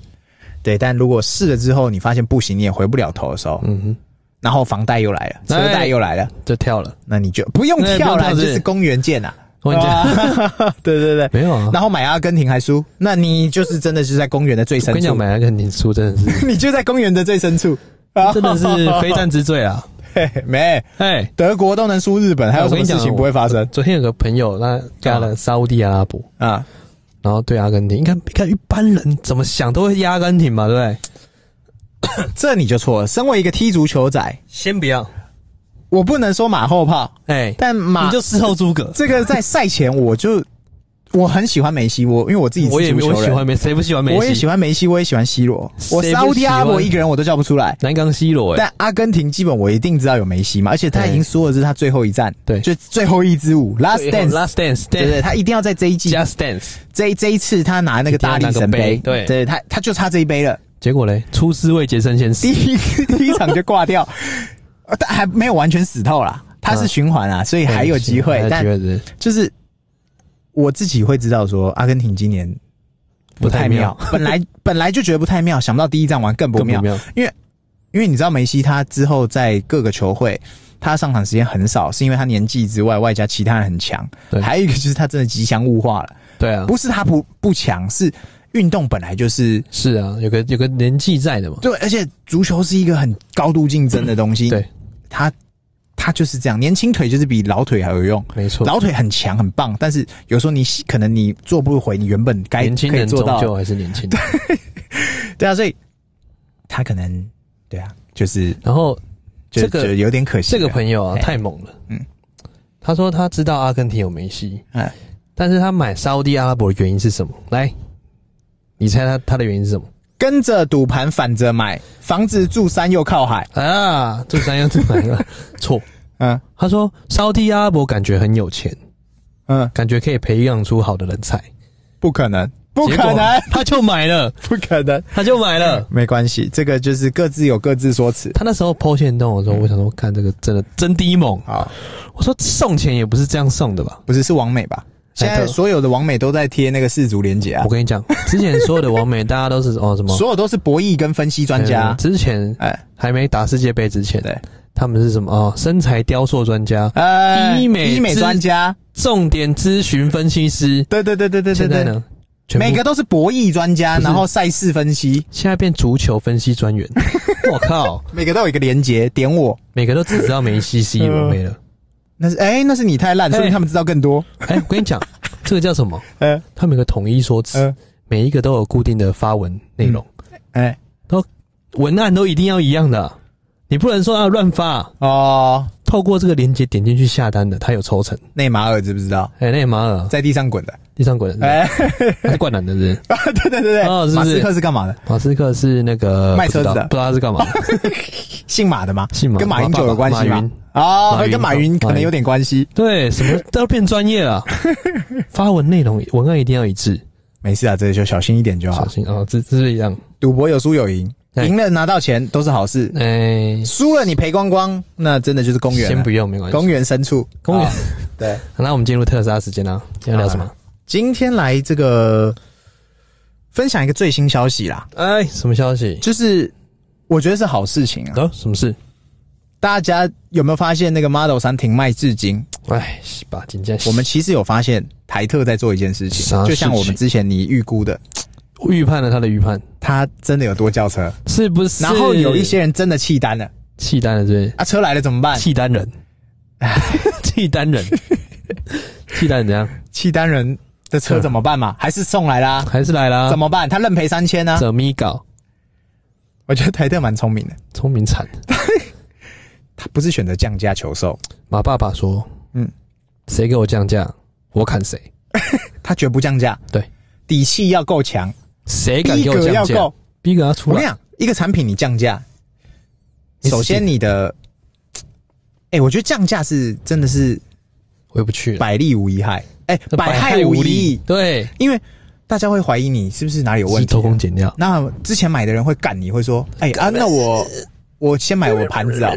Speaker 2: 对，但如果试了之后你发现不行，你也回不了头的时候，
Speaker 1: 嗯
Speaker 2: 然后房贷又来了，车贷又来了，
Speaker 1: 哼，就跳了，
Speaker 2: 那你就不用跳
Speaker 1: 哎
Speaker 2: 了，
Speaker 1: 不用跳
Speaker 2: 就是是公园见啊。
Speaker 1: 我跟你 讲，
Speaker 2: 哇对对对，
Speaker 1: 没有啊，
Speaker 2: 然后买阿根廷还输，那你就是真的是在公园的最
Speaker 1: 我
Speaker 2: 深
Speaker 1: 跟你讲，
Speaker 2: 处，
Speaker 1: 买那个宁书真的 是，
Speaker 2: 你就在公园的最深处，
Speaker 1: 真的 是非战之罪啊，
Speaker 2: 嘿没
Speaker 1: 哎。
Speaker 2: 德国都能输日本，还有
Speaker 1: 我
Speaker 2: 什
Speaker 1: 跟
Speaker 2: 么
Speaker 1: 你讲
Speaker 2: 事情不会发生
Speaker 1: 昨天有个朋友，他加了沙烏地阿拉伯，
Speaker 2: 啊？
Speaker 1: 然后对阿根廷，你看，你看一般人怎么想都会压阿根廷嘛，对不对？
Speaker 2: 这你就错了。身为一个踢足球仔，
Speaker 1: 先不要，
Speaker 2: 我不能说马后炮，
Speaker 1: 哎，啊
Speaker 2: 但马
Speaker 1: 你就事后诸葛，
Speaker 2: 这个在赛前我就我很喜欢梅西，我因为我自己是
Speaker 1: 我也
Speaker 2: 足球
Speaker 1: 我
Speaker 2: 人
Speaker 1: 喜欢梅，谁不喜欢梅西？
Speaker 2: 我也喜欢梅西，我也喜欢 C 罗，我
Speaker 1: 谁
Speaker 2: 沙
Speaker 1: 不
Speaker 2: 乌地阿拉
Speaker 1: 喜
Speaker 2: 伯
Speaker 1: 欢
Speaker 2: 一个人我都叫不出来。
Speaker 1: 南港 C 罗，哎，
Speaker 2: 但阿根廷基本我一定知道有梅西嘛，而且他已经说的是他最后一站，
Speaker 1: 对
Speaker 2: 就最后一支舞 （Last
Speaker 1: 最后
Speaker 2: Dance）。
Speaker 1: Last Dance，
Speaker 2: 对对，他一定要在这一季，
Speaker 1: Just Dance。
Speaker 2: 这这一次他拿那个大力神
Speaker 1: 一定要拿个杯对
Speaker 2: 对他他就差这一杯了，
Speaker 1: 结果嘞，出师未捷身先
Speaker 2: 第
Speaker 1: 死。
Speaker 2: 一第一场就挂掉，呃但还没有完全死透啦，他是循环啊，所以还有机会
Speaker 1: 嗯还，有
Speaker 2: 但
Speaker 1: 机会是
Speaker 2: 就是我自己会知道说，阿根廷今年
Speaker 1: 不太妙，
Speaker 2: 本来本来就觉得不太妙，想不到第一站玩更不
Speaker 1: 更不
Speaker 2: 妙，
Speaker 1: 妙。
Speaker 2: 因为你知道梅西他之后在各个球会，他上场时间很少，是因为他年纪之外，外加其他人很强
Speaker 1: 对。
Speaker 2: 还有一个就是他真的吉祥物化了，
Speaker 1: 对啊，
Speaker 2: 不是他不不强，是运动本来就是
Speaker 1: 是啊，有个有个年纪在的嘛。
Speaker 2: 对，而且足球是一个很高度竞争的东
Speaker 1: 嗯
Speaker 2: 西。
Speaker 1: 对，
Speaker 2: 他他就是这样，年轻腿就是比老腿还有用。
Speaker 1: 没错，
Speaker 2: 老腿很强很棒，但是有时候你可能你做不回你原本该
Speaker 1: 年轻
Speaker 2: 可以
Speaker 1: 人
Speaker 2: 做
Speaker 1: 终
Speaker 2: 到的
Speaker 1: 究还是年轻人。
Speaker 2: 对啊，所以他可能对啊，就是
Speaker 1: 然后
Speaker 2: 就
Speaker 1: 这个
Speaker 2: 就有点可惜啊。
Speaker 1: 这个朋友啊，
Speaker 2: 哎
Speaker 1: 太猛了。
Speaker 2: 嗯
Speaker 1: 嗯，他说他知道阿根廷有梅西，
Speaker 2: 哎，
Speaker 1: 但是他买沙烏地阿拉伯的原因是什么？来，你猜他他的原因是什么？
Speaker 2: 跟着赌盘反着买，房子住山又靠海，
Speaker 1: 啊，这三样都买了， 错。
Speaker 2: 嗯
Speaker 1: 他说沙烏地阿拉伯感觉很有钱，
Speaker 2: 嗯，
Speaker 1: 感觉可以培养出好的人才，
Speaker 2: 不可能，不
Speaker 1: 结
Speaker 2: 可
Speaker 1: 果嗯
Speaker 2: 能，
Speaker 1: 他就买了，
Speaker 2: 不可能，
Speaker 1: 他就买 了。
Speaker 2: 没关系，这个就是各自有各自说辞。
Speaker 1: 他那时候抛线动的时候，我想说，看这个真的真低猛。
Speaker 2: 好，
Speaker 1: 我说送钱也不是这样送的吧？
Speaker 2: 不是是王美吧？现在
Speaker 1: 对
Speaker 2: 所有的王美都在贴那个氏族连结啊
Speaker 1: 我，跟你讲，之前所有的王美，大家都是哦什么嗯
Speaker 2: 所有都是博弈跟分析专家。
Speaker 1: 之前
Speaker 2: 哎，
Speaker 1: 还没打世界杯之前，
Speaker 2: 对，
Speaker 1: 他们是什么啊、哦？身材雕塑专家、
Speaker 2: 呃，
Speaker 1: 医美
Speaker 2: 医美
Speaker 1: 之
Speaker 2: 专家，
Speaker 1: 重点咨询分析师。
Speaker 2: 对对对对对对
Speaker 1: 现在
Speaker 2: 对，
Speaker 1: 呢，全部
Speaker 2: 每个都是博弈专家，
Speaker 1: 不是
Speaker 2: 然后赛事分析，
Speaker 1: 现在变足球分析 专员。我靠，
Speaker 2: 每个都有一个连结，点我。
Speaker 1: 每个都只知道梅
Speaker 2: 嗯
Speaker 1: 西、C 罗没了。
Speaker 2: 那是哎、那是你太烂，说明他们知道更多。
Speaker 1: 哎、我跟你讲，这个叫什么？
Speaker 2: 呃
Speaker 1: 他们有个统一说辞，
Speaker 2: 呃，
Speaker 1: 每一个都有固定的发文内容，
Speaker 2: 哎、嗯
Speaker 1: 文案都一定要一样的。啊你不能说啊乱发，
Speaker 2: 哦，
Speaker 1: 透过这个链接点进去下单的，他有抽成。
Speaker 2: 内马尔知不知道？
Speaker 1: 哎、那也马尔
Speaker 2: 在地上滚的，
Speaker 1: 地上滚人，
Speaker 2: 哎、
Speaker 1: 他是灌篮的人。是不是
Speaker 2: 对对对对，
Speaker 1: 哦是不是
Speaker 2: 马斯克是干嘛的？
Speaker 1: 马斯克是那个
Speaker 2: 卖车子的
Speaker 1: 不知道不知道他是干 嘛的。
Speaker 2: 姓马的吗？
Speaker 1: 姓马
Speaker 2: 跟马英九有关系
Speaker 1: 马
Speaker 2: 吗
Speaker 1: 云？
Speaker 2: 哦
Speaker 1: 马，云
Speaker 2: 跟马云可能有点关系。
Speaker 1: 对，什么都变专业了。发文内容文案一定要一致，
Speaker 2: 没事啊，这就小心一点就好
Speaker 1: 小。心啊，这这是一样。
Speaker 2: 赌博有输有赢，
Speaker 1: 哎
Speaker 2: 赢了拿到钱都是好事，
Speaker 1: 哎，
Speaker 2: 输了你赔光光，那真的就是公园了。啊
Speaker 1: 先不用，没关系。
Speaker 2: 公园深处，
Speaker 1: 公园
Speaker 2: 啊对。
Speaker 1: 那我们进入特斯拉时间啦，今天聊什么？
Speaker 2: 啊今天来这个分享一个最新消息啦，
Speaker 1: 哎，什么消息？
Speaker 2: 就是我觉得是好事情啊。
Speaker 1: 啊，什么事？
Speaker 2: 大家有没有发现那个 Model 三停卖至今？
Speaker 1: 哎，是吧，今天
Speaker 2: 我们其实有发现台特在做一件事
Speaker 1: 啥
Speaker 2: 情，
Speaker 1: 事情
Speaker 2: 就像我们之前你预估的，
Speaker 1: 预判了他的预判，
Speaker 2: 它真的有多轿车，
Speaker 1: 是不是？
Speaker 2: 然后有一些人真的弃单了
Speaker 1: 契丹人，对，
Speaker 2: 啊，车来了怎么 办？
Speaker 1: 契丹人，契丹 人，契丹人怎样？
Speaker 2: 契单人的车怎么办嘛？还是送来啦？
Speaker 1: 还是来啦
Speaker 2: 怎？么啊办？他认赔三千呢？
Speaker 1: 怎么搞？
Speaker 2: 我觉得台特蛮聪明的，
Speaker 1: 聪明惨。
Speaker 2: 他不是选择降价求售，
Speaker 1: 马爸爸说：“
Speaker 2: 嗯
Speaker 1: 嗯，谁给我降价，我砍谁。
Speaker 2: 他绝不降价，
Speaker 1: 对，
Speaker 2: 底气要够强，
Speaker 1: 谁敢
Speaker 2: 逼
Speaker 1: 给我
Speaker 2: 格
Speaker 1: 降
Speaker 2: 要
Speaker 1: 价
Speaker 2: 够，。
Speaker 1: 逼格要出
Speaker 2: 我跟你
Speaker 1: 来。
Speaker 2: 讲，一个产品你降价，
Speaker 1: 你
Speaker 2: 首先
Speaker 1: 死定
Speaker 2: 你的，哎、我觉得降价是真的是
Speaker 1: 回不去了，
Speaker 2: 百利无一害，哎、百害无
Speaker 1: 无
Speaker 2: 一益，
Speaker 1: 对，
Speaker 2: 因为大家会怀疑你是不是哪里有
Speaker 1: 我
Speaker 2: 问
Speaker 1: 偷
Speaker 2: 题。啊
Speaker 1: 工减料。
Speaker 2: 那之前买的人会干你，会说，哎、啊，那我我先买我盘 子啊，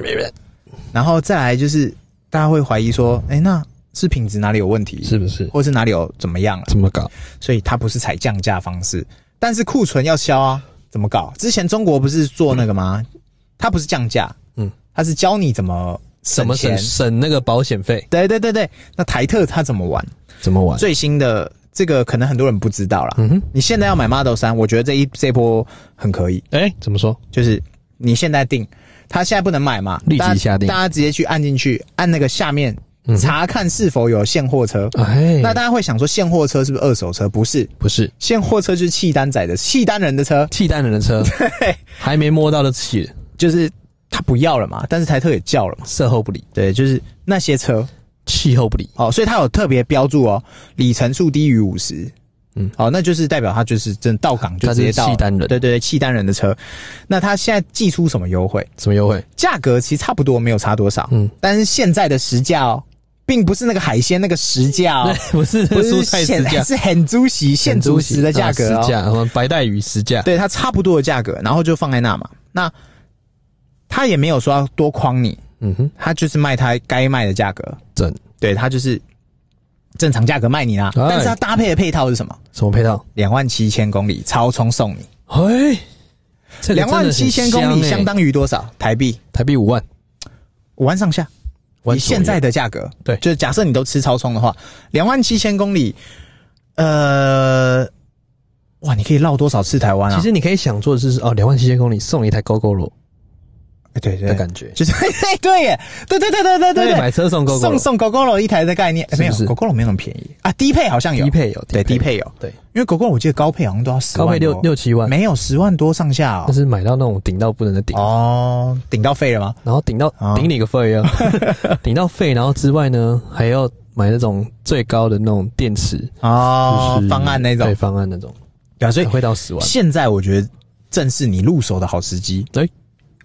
Speaker 2: 然后再来就是大家会怀疑说，哎、那是品质哪里有问题，
Speaker 1: 是不是？
Speaker 2: 或是哪里有怎么样啊了？
Speaker 1: 怎么搞？
Speaker 2: 所以它不是采降价方式，但是库存要消啊，怎么搞？之前中国不是做那个吗？它不是降价，
Speaker 1: 嗯，
Speaker 2: 它是教你怎么
Speaker 1: 怎么省
Speaker 2: 钱。
Speaker 1: 省那个保险费？
Speaker 2: 对对对对，那台特它怎么玩？
Speaker 1: 怎么玩？
Speaker 2: 最新的这个可能很多人不知道啦。
Speaker 1: 嗯哼，
Speaker 2: 你现在要买 Model 三，我觉得这一这一波很可以，
Speaker 1: 哎，怎么说？
Speaker 2: 就是你现在定，它现在不能买嘛，
Speaker 1: 立即
Speaker 2: 大家
Speaker 1: 下定
Speaker 2: 大家直接去按进去，按那个下面
Speaker 1: 嗯
Speaker 2: 查看是否有现货车。
Speaker 1: 哎，
Speaker 2: 那大家会想说，现货车是不是二手车？不是，
Speaker 1: 不是
Speaker 2: 现货车就是契丹仔的契丹人的车，
Speaker 1: 契丹人的 车，还没摸到的气，
Speaker 2: 就是他不要了嘛，但是台特也叫了嘛，
Speaker 1: 售后不理，
Speaker 2: 对，就是那些车
Speaker 1: 气候不理，
Speaker 2: 哦，所以他有特别标注哦，里程数低于五十，
Speaker 1: 嗯，
Speaker 2: 哦，那就是代表他就是真的到港就
Speaker 1: 他
Speaker 2: 直
Speaker 1: 是
Speaker 2: 接到了
Speaker 1: 契丹人
Speaker 2: 对对对，契丹人的车，那他现在寄出什么优惠？
Speaker 1: 什么优惠？
Speaker 2: 价格其实差不多，没有差多少，
Speaker 1: 嗯，
Speaker 2: 但是现在的实价哦，并不是那个海鲜那个实价哦。
Speaker 1: 不是 那
Speaker 2: 不
Speaker 1: 个
Speaker 2: 是
Speaker 1: 蔬菜
Speaker 2: 现
Speaker 1: 实价，
Speaker 2: 是很猪席现
Speaker 1: 很
Speaker 2: 猪
Speaker 1: 猪
Speaker 2: 席的价格
Speaker 1: 啊
Speaker 2: 哦
Speaker 1: 实，价，什么白带鱼实价，
Speaker 2: 对，它差不多的价格，然后就放在那嘛。那他也没有说要多框你，
Speaker 1: 嗯哼，
Speaker 2: 他就是卖他该卖的价格，
Speaker 1: 整
Speaker 2: 对他就是正常价格卖你啦。
Speaker 1: 哎
Speaker 2: 但是他搭配的配套是什么？
Speaker 1: 什么配套？
Speaker 2: 两万七千公里超充送你，
Speaker 1: 哎，这个真
Speaker 2: 两
Speaker 1: 的
Speaker 2: 万
Speaker 1: 很
Speaker 2: 七千公
Speaker 1: 香
Speaker 2: 里
Speaker 1: 欸
Speaker 2: 相当于多少台币？
Speaker 1: 台币五万，
Speaker 2: 五万上下，
Speaker 1: 万
Speaker 2: 以
Speaker 1: 左右
Speaker 2: 现在的价格，
Speaker 1: 对
Speaker 2: 就是假设你都吃超充的话，两万七千公里，呃，哇，你可以绕多少次台湾啊？
Speaker 1: 其实你可以想做的是，哦，两万七千公里送你一台 GoGo 罗，
Speaker 2: 哎对 对
Speaker 1: 的，感觉。
Speaker 2: 就是对耶，对对对对对对
Speaker 1: 买车送 GO
Speaker 2: 送送狗狗楼一台的概念，哎没有
Speaker 1: 是不是
Speaker 2: 狗狗楼没有那么便宜啊，低配好像有
Speaker 1: 低配有，
Speaker 2: 对低配有，
Speaker 1: 对，
Speaker 2: 因为狗狗楼我记得高配好像都要十
Speaker 1: 高
Speaker 2: 万
Speaker 1: 配六
Speaker 2: 多
Speaker 1: 六七万，
Speaker 2: 没有十万多上下
Speaker 1: 但
Speaker 2: 哦，
Speaker 1: 是买到那种顶到不能的顶，
Speaker 2: 哦顶到废了吗？
Speaker 1: 然后顶到
Speaker 2: 哦
Speaker 1: 顶你个肺 啊，顶到肺，然后之外呢，还要买那种最高的那种电池，
Speaker 2: 哦
Speaker 1: 就，是
Speaker 2: 方案那
Speaker 1: 对
Speaker 2: 种，
Speaker 1: 方案那种，哎
Speaker 2: 对啊，所以
Speaker 1: 会到十万。
Speaker 2: 现在我觉得正是你入手的好时机。
Speaker 1: 对，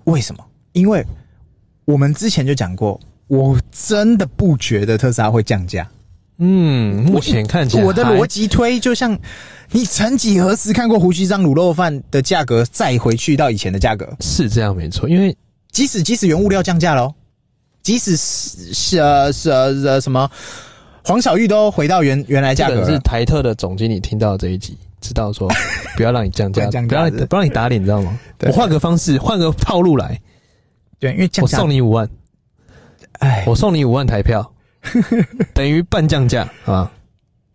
Speaker 2: 为什么？因为我们之前就讲过，我真的不觉得特斯拉会降价。
Speaker 1: 嗯，目前看起来
Speaker 2: 我的
Speaker 1: 还
Speaker 2: 逻辑推就像，你曾几何时看过胡须章卤肉饭的价格再回去到以前的价格？
Speaker 1: 是这样没错，因为
Speaker 2: 即使即使原物料降价喽，即使是是呃是呃呃什么黄小玉都回到原原来
Speaker 1: 这
Speaker 2: 价格
Speaker 1: 个是
Speaker 2: 了。
Speaker 1: 台特的总经理听到这一集，知道 说不要让你降价
Speaker 2: 不要，降
Speaker 1: 不
Speaker 2: 价
Speaker 1: 要让
Speaker 2: 是不
Speaker 1: 你
Speaker 2: 是
Speaker 1: 不让你打脸，你知道吗？
Speaker 2: 对
Speaker 1: 我换个方式，换个套路来，
Speaker 2: 对，因为降
Speaker 1: 我
Speaker 2: 价，
Speaker 1: 送你五 万，
Speaker 2: 哎，
Speaker 1: 我送你五万台票， 等于半降价啊，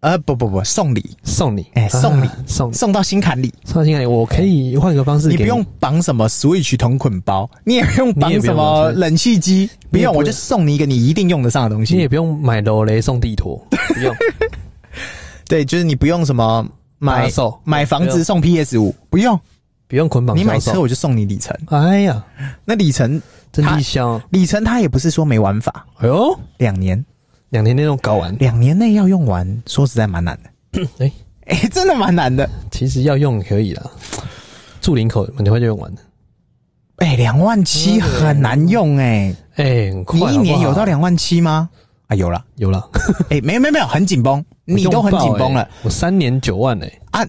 Speaker 2: 呃不不不，送礼
Speaker 1: 送你，
Speaker 2: 哎送你
Speaker 1: 啊送你
Speaker 2: 送到心坎里。
Speaker 1: 上新海，我可以换个方式给
Speaker 2: 你不用绑什么 Switch 同捆包，你也不用
Speaker 1: 你也
Speaker 2: 绑
Speaker 1: 不用
Speaker 2: 什么冷气机，不
Speaker 1: 你也
Speaker 2: 用，
Speaker 1: 不
Speaker 2: 我就送你一个你一定用得上的东
Speaker 1: 你也
Speaker 2: 西。
Speaker 1: 不用买楼雷送地 拖，不用
Speaker 2: 对，就是你不用什么
Speaker 1: 搭
Speaker 2: 买
Speaker 1: 售
Speaker 2: 买房
Speaker 1: 不
Speaker 2: 子
Speaker 1: 用
Speaker 2: 送 PS 五，不用，
Speaker 1: 不用捆绑
Speaker 2: 你买
Speaker 1: 销售
Speaker 2: 车，我就送你里程。
Speaker 1: 哎呀，
Speaker 2: 那里程
Speaker 1: 真哦
Speaker 2: 他
Speaker 1: 地香，
Speaker 2: 里程它也不是说没玩法，
Speaker 1: 哎呦，
Speaker 2: 两年
Speaker 1: 两天内都搞 完，
Speaker 2: 两年内要用完，说实在蛮难的，
Speaker 1: 哎，
Speaker 2: 哎、真的蛮难的。
Speaker 1: 其实要用可以啦，住林口很快就用完了，
Speaker 2: 哎、两万七很难用哎、
Speaker 1: 哎，很快
Speaker 2: 你
Speaker 1: 好不好
Speaker 2: 一年有到两万七吗？啊，有了，
Speaker 1: 有啦，
Speaker 2: 哎、没有没有没有，很紧绷， 你都很紧
Speaker 1: 我
Speaker 2: 绷了。
Speaker 1: 用爆欸，我三年九万哎，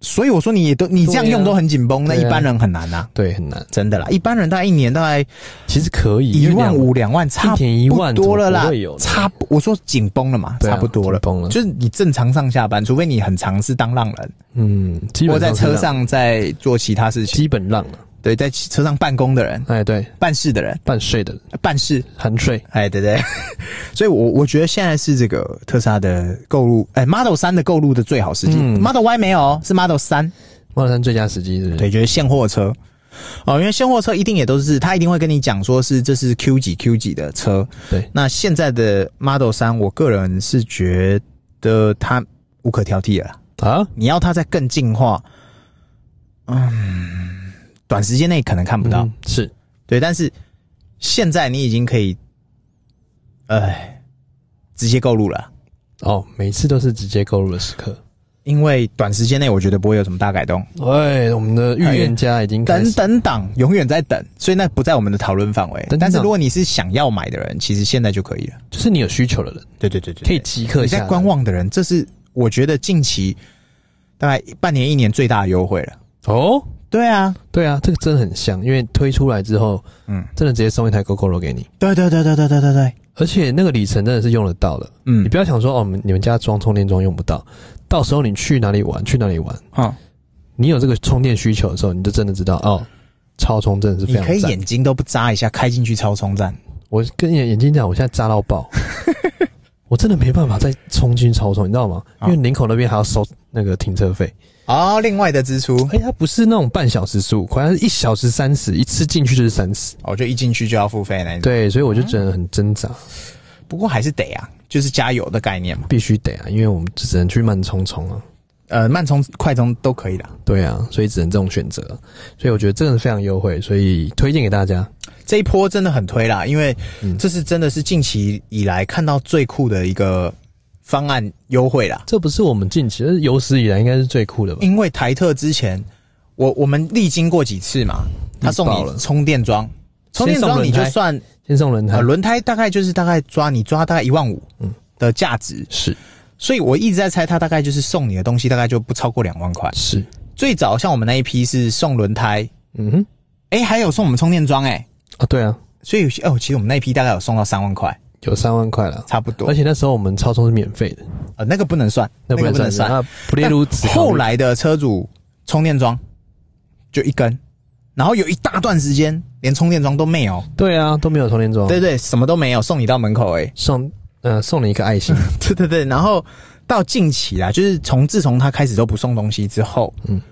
Speaker 2: 所以我说你也都你这样
Speaker 1: 对啊
Speaker 2: 用都很紧绷，那
Speaker 1: 对
Speaker 2: 一
Speaker 1: 啊
Speaker 2: 般人很难啊，
Speaker 1: 对，很难，
Speaker 2: 真的啦，一般人大概一年大概
Speaker 1: 其实可以
Speaker 2: 一万五，两万，差
Speaker 1: 一年一万
Speaker 2: 不多了
Speaker 1: 怎么
Speaker 2: 啦
Speaker 1: 会有，呢
Speaker 2: 差不我说紧绷了嘛，
Speaker 1: 对啊
Speaker 2: 差不多了，
Speaker 1: 紧绷了
Speaker 2: 就是你正常上下班，除非你很常是当浪人，
Speaker 1: 嗯，基
Speaker 2: 或
Speaker 1: 本
Speaker 2: 在
Speaker 1: 是这
Speaker 2: 车
Speaker 1: 样，
Speaker 2: 上在做其他事情，
Speaker 1: 基本浪了，
Speaker 2: 对，在车上办公的人、
Speaker 1: 哎，对，
Speaker 2: 办事的人、
Speaker 1: 半税的
Speaker 2: 办事，
Speaker 1: 含税，
Speaker 2: 哎，对 对，所以我我觉得现在是这个特斯拉的购入，哎，Model 三的购入的最好时机、
Speaker 1: 嗯
Speaker 2: m o d e l Y 没有哦，是 Model 三。
Speaker 1: 万山最佳时机是不是？
Speaker 2: 对，就是现货车。哦，因为现货车一定也都是，他一定会跟你讲说是这是 Q 几 Q 几的车。
Speaker 1: 对，
Speaker 2: 那现在的 Model 三，我个人是觉得它无可挑剔了啦。
Speaker 1: 啊，
Speaker 2: 你要它再更进化，嗯，短时间内可能看不到。
Speaker 1: 嗯是
Speaker 2: 对，但是现在你已经可以，哎，直接购入了，
Speaker 1: 哦，每次都是直接购入的时刻。
Speaker 2: 因为短时间内我觉得不会有什么大改动。
Speaker 1: 哎，我们的预言家已经开
Speaker 2: 等
Speaker 1: 始
Speaker 2: 等党永远在等，所以那不在我们的讨论范围
Speaker 1: 等等。
Speaker 2: 但是如果你是想要买的人，其实现在就可以了。
Speaker 1: 就是你有需求的人
Speaker 2: 对对对对
Speaker 1: 可以即刻
Speaker 2: 你
Speaker 1: 下
Speaker 2: 在
Speaker 1: 单
Speaker 2: 观望的人，这是我觉得近期大概半年一年最大的优惠了。
Speaker 1: 哦。
Speaker 2: 对啊，
Speaker 1: 对啊，这个真的很像，因为推出来之后，
Speaker 2: 嗯，
Speaker 1: 真的直接送一台 GoGoRo 给你，
Speaker 2: 对对对对对对对对，
Speaker 1: 而且那个里程真的是用得到的。你
Speaker 2: 嗯，
Speaker 1: 不要想说哦，我们你们家装充电桩用不到，到时候你去哪里玩去哪里玩，
Speaker 2: 好，
Speaker 1: 你有这个充电需求的时候，你就真的知道哦，超充真的是非
Speaker 2: 嗯你
Speaker 1: 常
Speaker 2: 可以
Speaker 1: 赞
Speaker 2: 眼睛都不眨一下开进去超充站，
Speaker 1: 我跟眼眼睛讲，我现在扎到 爆，我真的没办法再冲进超充，你知道吗？
Speaker 2: 啊
Speaker 1: 因为林口那边还要收那个停车费，
Speaker 2: 哦，另外的支出，
Speaker 1: 而且它不是那种半小时十五块，它是一小时三十，一次进去就是三十。
Speaker 2: 哦，就一进去就要付费那一种。
Speaker 1: 对，所以我就觉得很挣扎，
Speaker 2: 不过还是得啊，就是加油的概念嘛。
Speaker 1: 必须得啊，因为我们只能去慢冲冲啊，
Speaker 2: 呃，慢充、快充都可以的。
Speaker 1: 对啊，所以只能这种选择。所以我觉得真的非常优惠，所以推荐给大家。
Speaker 2: 这一波真的很推啦，因为这是真的是近期以来看到最酷的一个方案优惠啦。
Speaker 1: 这不是我们近期，这是有史以来应该是最酷的吧？
Speaker 2: 因为台特之前，我我们历经过几次嘛，他送
Speaker 1: 爆了
Speaker 2: 你充电桩，充电桩你就算
Speaker 1: 先送轮胎、
Speaker 2: 呃轮胎大概就是大概抓你抓大概一万五的价值，
Speaker 1: 是
Speaker 2: 所以我一直在猜他大概就是送你的东西大概就不超过两万块。
Speaker 1: 是，
Speaker 2: 最早像我们那一批是送轮胎，
Speaker 1: 嗯哼
Speaker 2: 诶、还有送我们充电桩诶、
Speaker 1: 啊，对啊，
Speaker 2: 所以有些哦，其实我们那一批大概有送到三万块，
Speaker 1: 有三万块了，
Speaker 2: 差不多
Speaker 1: 而。且那时候我们超充是免费的。
Speaker 2: 呃，哎那个不能算，
Speaker 1: 那
Speaker 2: 个不能
Speaker 1: 算是啊，不列入此考虑。
Speaker 2: 后来的车主充电桩就一根，然后有一大段时间连充电桩都没有，
Speaker 1: 对啊，都没有充电桩，
Speaker 2: 对对，什么都没有，送你到门口哎、
Speaker 1: 送呃送你一个爱心，
Speaker 2: 对对对，然后到近期啦，就是从自从他开始都不送东西之后，
Speaker 1: 嗯
Speaker 2: 嗯，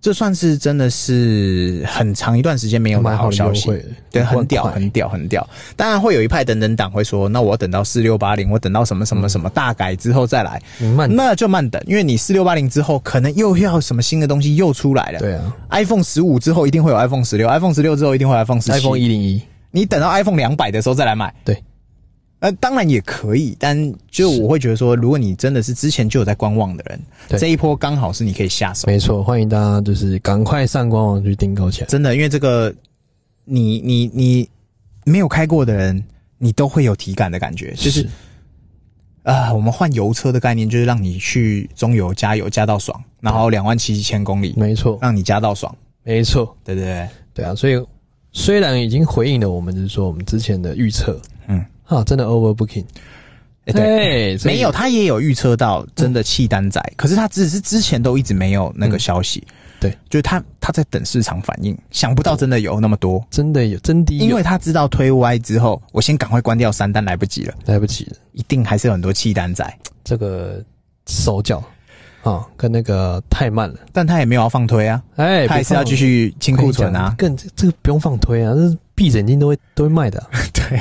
Speaker 2: 这算是真的是很长一段时间没有的
Speaker 1: 蛮好的
Speaker 2: 消
Speaker 1: 优
Speaker 2: 息
Speaker 1: 惠，，
Speaker 2: 对，
Speaker 1: 很
Speaker 2: 很屌，
Speaker 1: 快
Speaker 2: 很屌，很屌。当然会有一派等等党会说，那我要等到四六八零，我等到什么什么什么大改之后再来，
Speaker 1: 你嗯慢，
Speaker 2: 那就嗯慢等，因为你四六八零之后，可能又要什么新的东西又出来了。
Speaker 1: 对啊
Speaker 2: iPhone 十五之后一定会有 iPhone 十六，iPhone 十六之后一定会有 iPhone 十七。
Speaker 1: ，iPhone 一零一，
Speaker 2: 你等到 iPhone 两百的时候再来买，
Speaker 1: 对，
Speaker 2: 呃，当然也可以，但就我会觉得说，如果你真的是之前就有在观望的人，
Speaker 1: 对
Speaker 2: 这一波刚好是你可以下手，
Speaker 1: 没错，欢迎大家就是赶快上官网去订购起来。
Speaker 2: 真的，因为这个你你你没有开过的人，你都会有体感的感觉，就是啊、我们换油车的概念就是让你去中油加油加到爽，然后两万七千公里，
Speaker 1: 没错，
Speaker 2: 让你加到爽，
Speaker 1: 没错，
Speaker 2: 对对哎对，
Speaker 1: 对啊，所以虽然已经回应了我们，就是说我们之前的预测，
Speaker 2: 嗯，
Speaker 1: 啊，真的 overbooking，
Speaker 2: 哎对。
Speaker 1: 所以嗯
Speaker 2: 没有，他也有预测到真的契丹仔，可是他只是之前都一直没有那个消息，
Speaker 1: 对，
Speaker 2: 就是他他在等市场反应，想不到真的有那么多，
Speaker 1: 真的有真低有，
Speaker 2: 因为他知道推歪之后，我先赶快关掉三单来不及了，
Speaker 1: 来不及了，
Speaker 2: 一定还是有很多契丹仔，
Speaker 1: 这个手脚啊跟那个太慢了，
Speaker 2: 但他也没有要放推啊，
Speaker 1: 哎、
Speaker 2: 他还是要继
Speaker 1: 续。
Speaker 2: 续清库存啊，
Speaker 1: 更这这个不用放推啊，这闭着眼睛都会都会卖的啊、
Speaker 2: 对，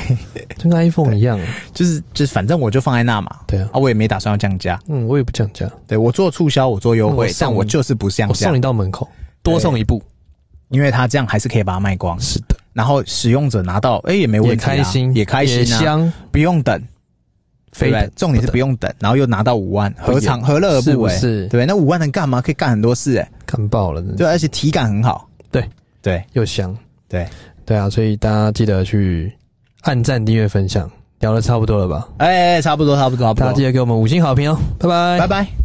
Speaker 1: 就跟 iPhone 一样、啊。
Speaker 2: 就是就是反正我就放在那嘛，
Speaker 1: 对啊，
Speaker 2: 啊，我也没打算要降价，
Speaker 1: 嗯，我也不降价，
Speaker 2: 对我做促销，我做
Speaker 1: 嗯
Speaker 2: 优
Speaker 1: 我
Speaker 2: 惠，
Speaker 1: 送
Speaker 2: 但
Speaker 1: 你
Speaker 2: 我就是不降
Speaker 1: 我
Speaker 2: 价
Speaker 1: 送，你到门口，多送一步。
Speaker 2: 因为他这样还是可以把它卖光，
Speaker 1: 是的，
Speaker 2: 然后使用者拿到，哎、也没
Speaker 1: 也
Speaker 2: 问题、啊，
Speaker 1: 开心，
Speaker 2: 也开心、啊，
Speaker 1: 也香，
Speaker 2: 不用等，对
Speaker 1: 非
Speaker 2: 不对
Speaker 1: 等？
Speaker 2: 重点是不
Speaker 1: 用
Speaker 2: 用等，然后又拿到五万，
Speaker 1: 不
Speaker 2: 何尝
Speaker 1: 用
Speaker 2: 何乐而
Speaker 1: 是
Speaker 2: 不
Speaker 1: 不
Speaker 2: 为？
Speaker 1: 是
Speaker 2: 对不对？那五万能干嘛？可以干很多事哎、
Speaker 1: 看爆了，真的
Speaker 2: 对，而且体感很好，
Speaker 1: 对
Speaker 2: 对
Speaker 1: 又香。
Speaker 2: 对。
Speaker 1: 对啊，所以大家记得去按赞、订阅、分享。聊的差不多了吧？
Speaker 2: 哎、哎差不多，差不多，差不
Speaker 1: 大家记
Speaker 2: 多，
Speaker 1: 得给我们五星好评哦，拜拜，
Speaker 2: 拜。拜。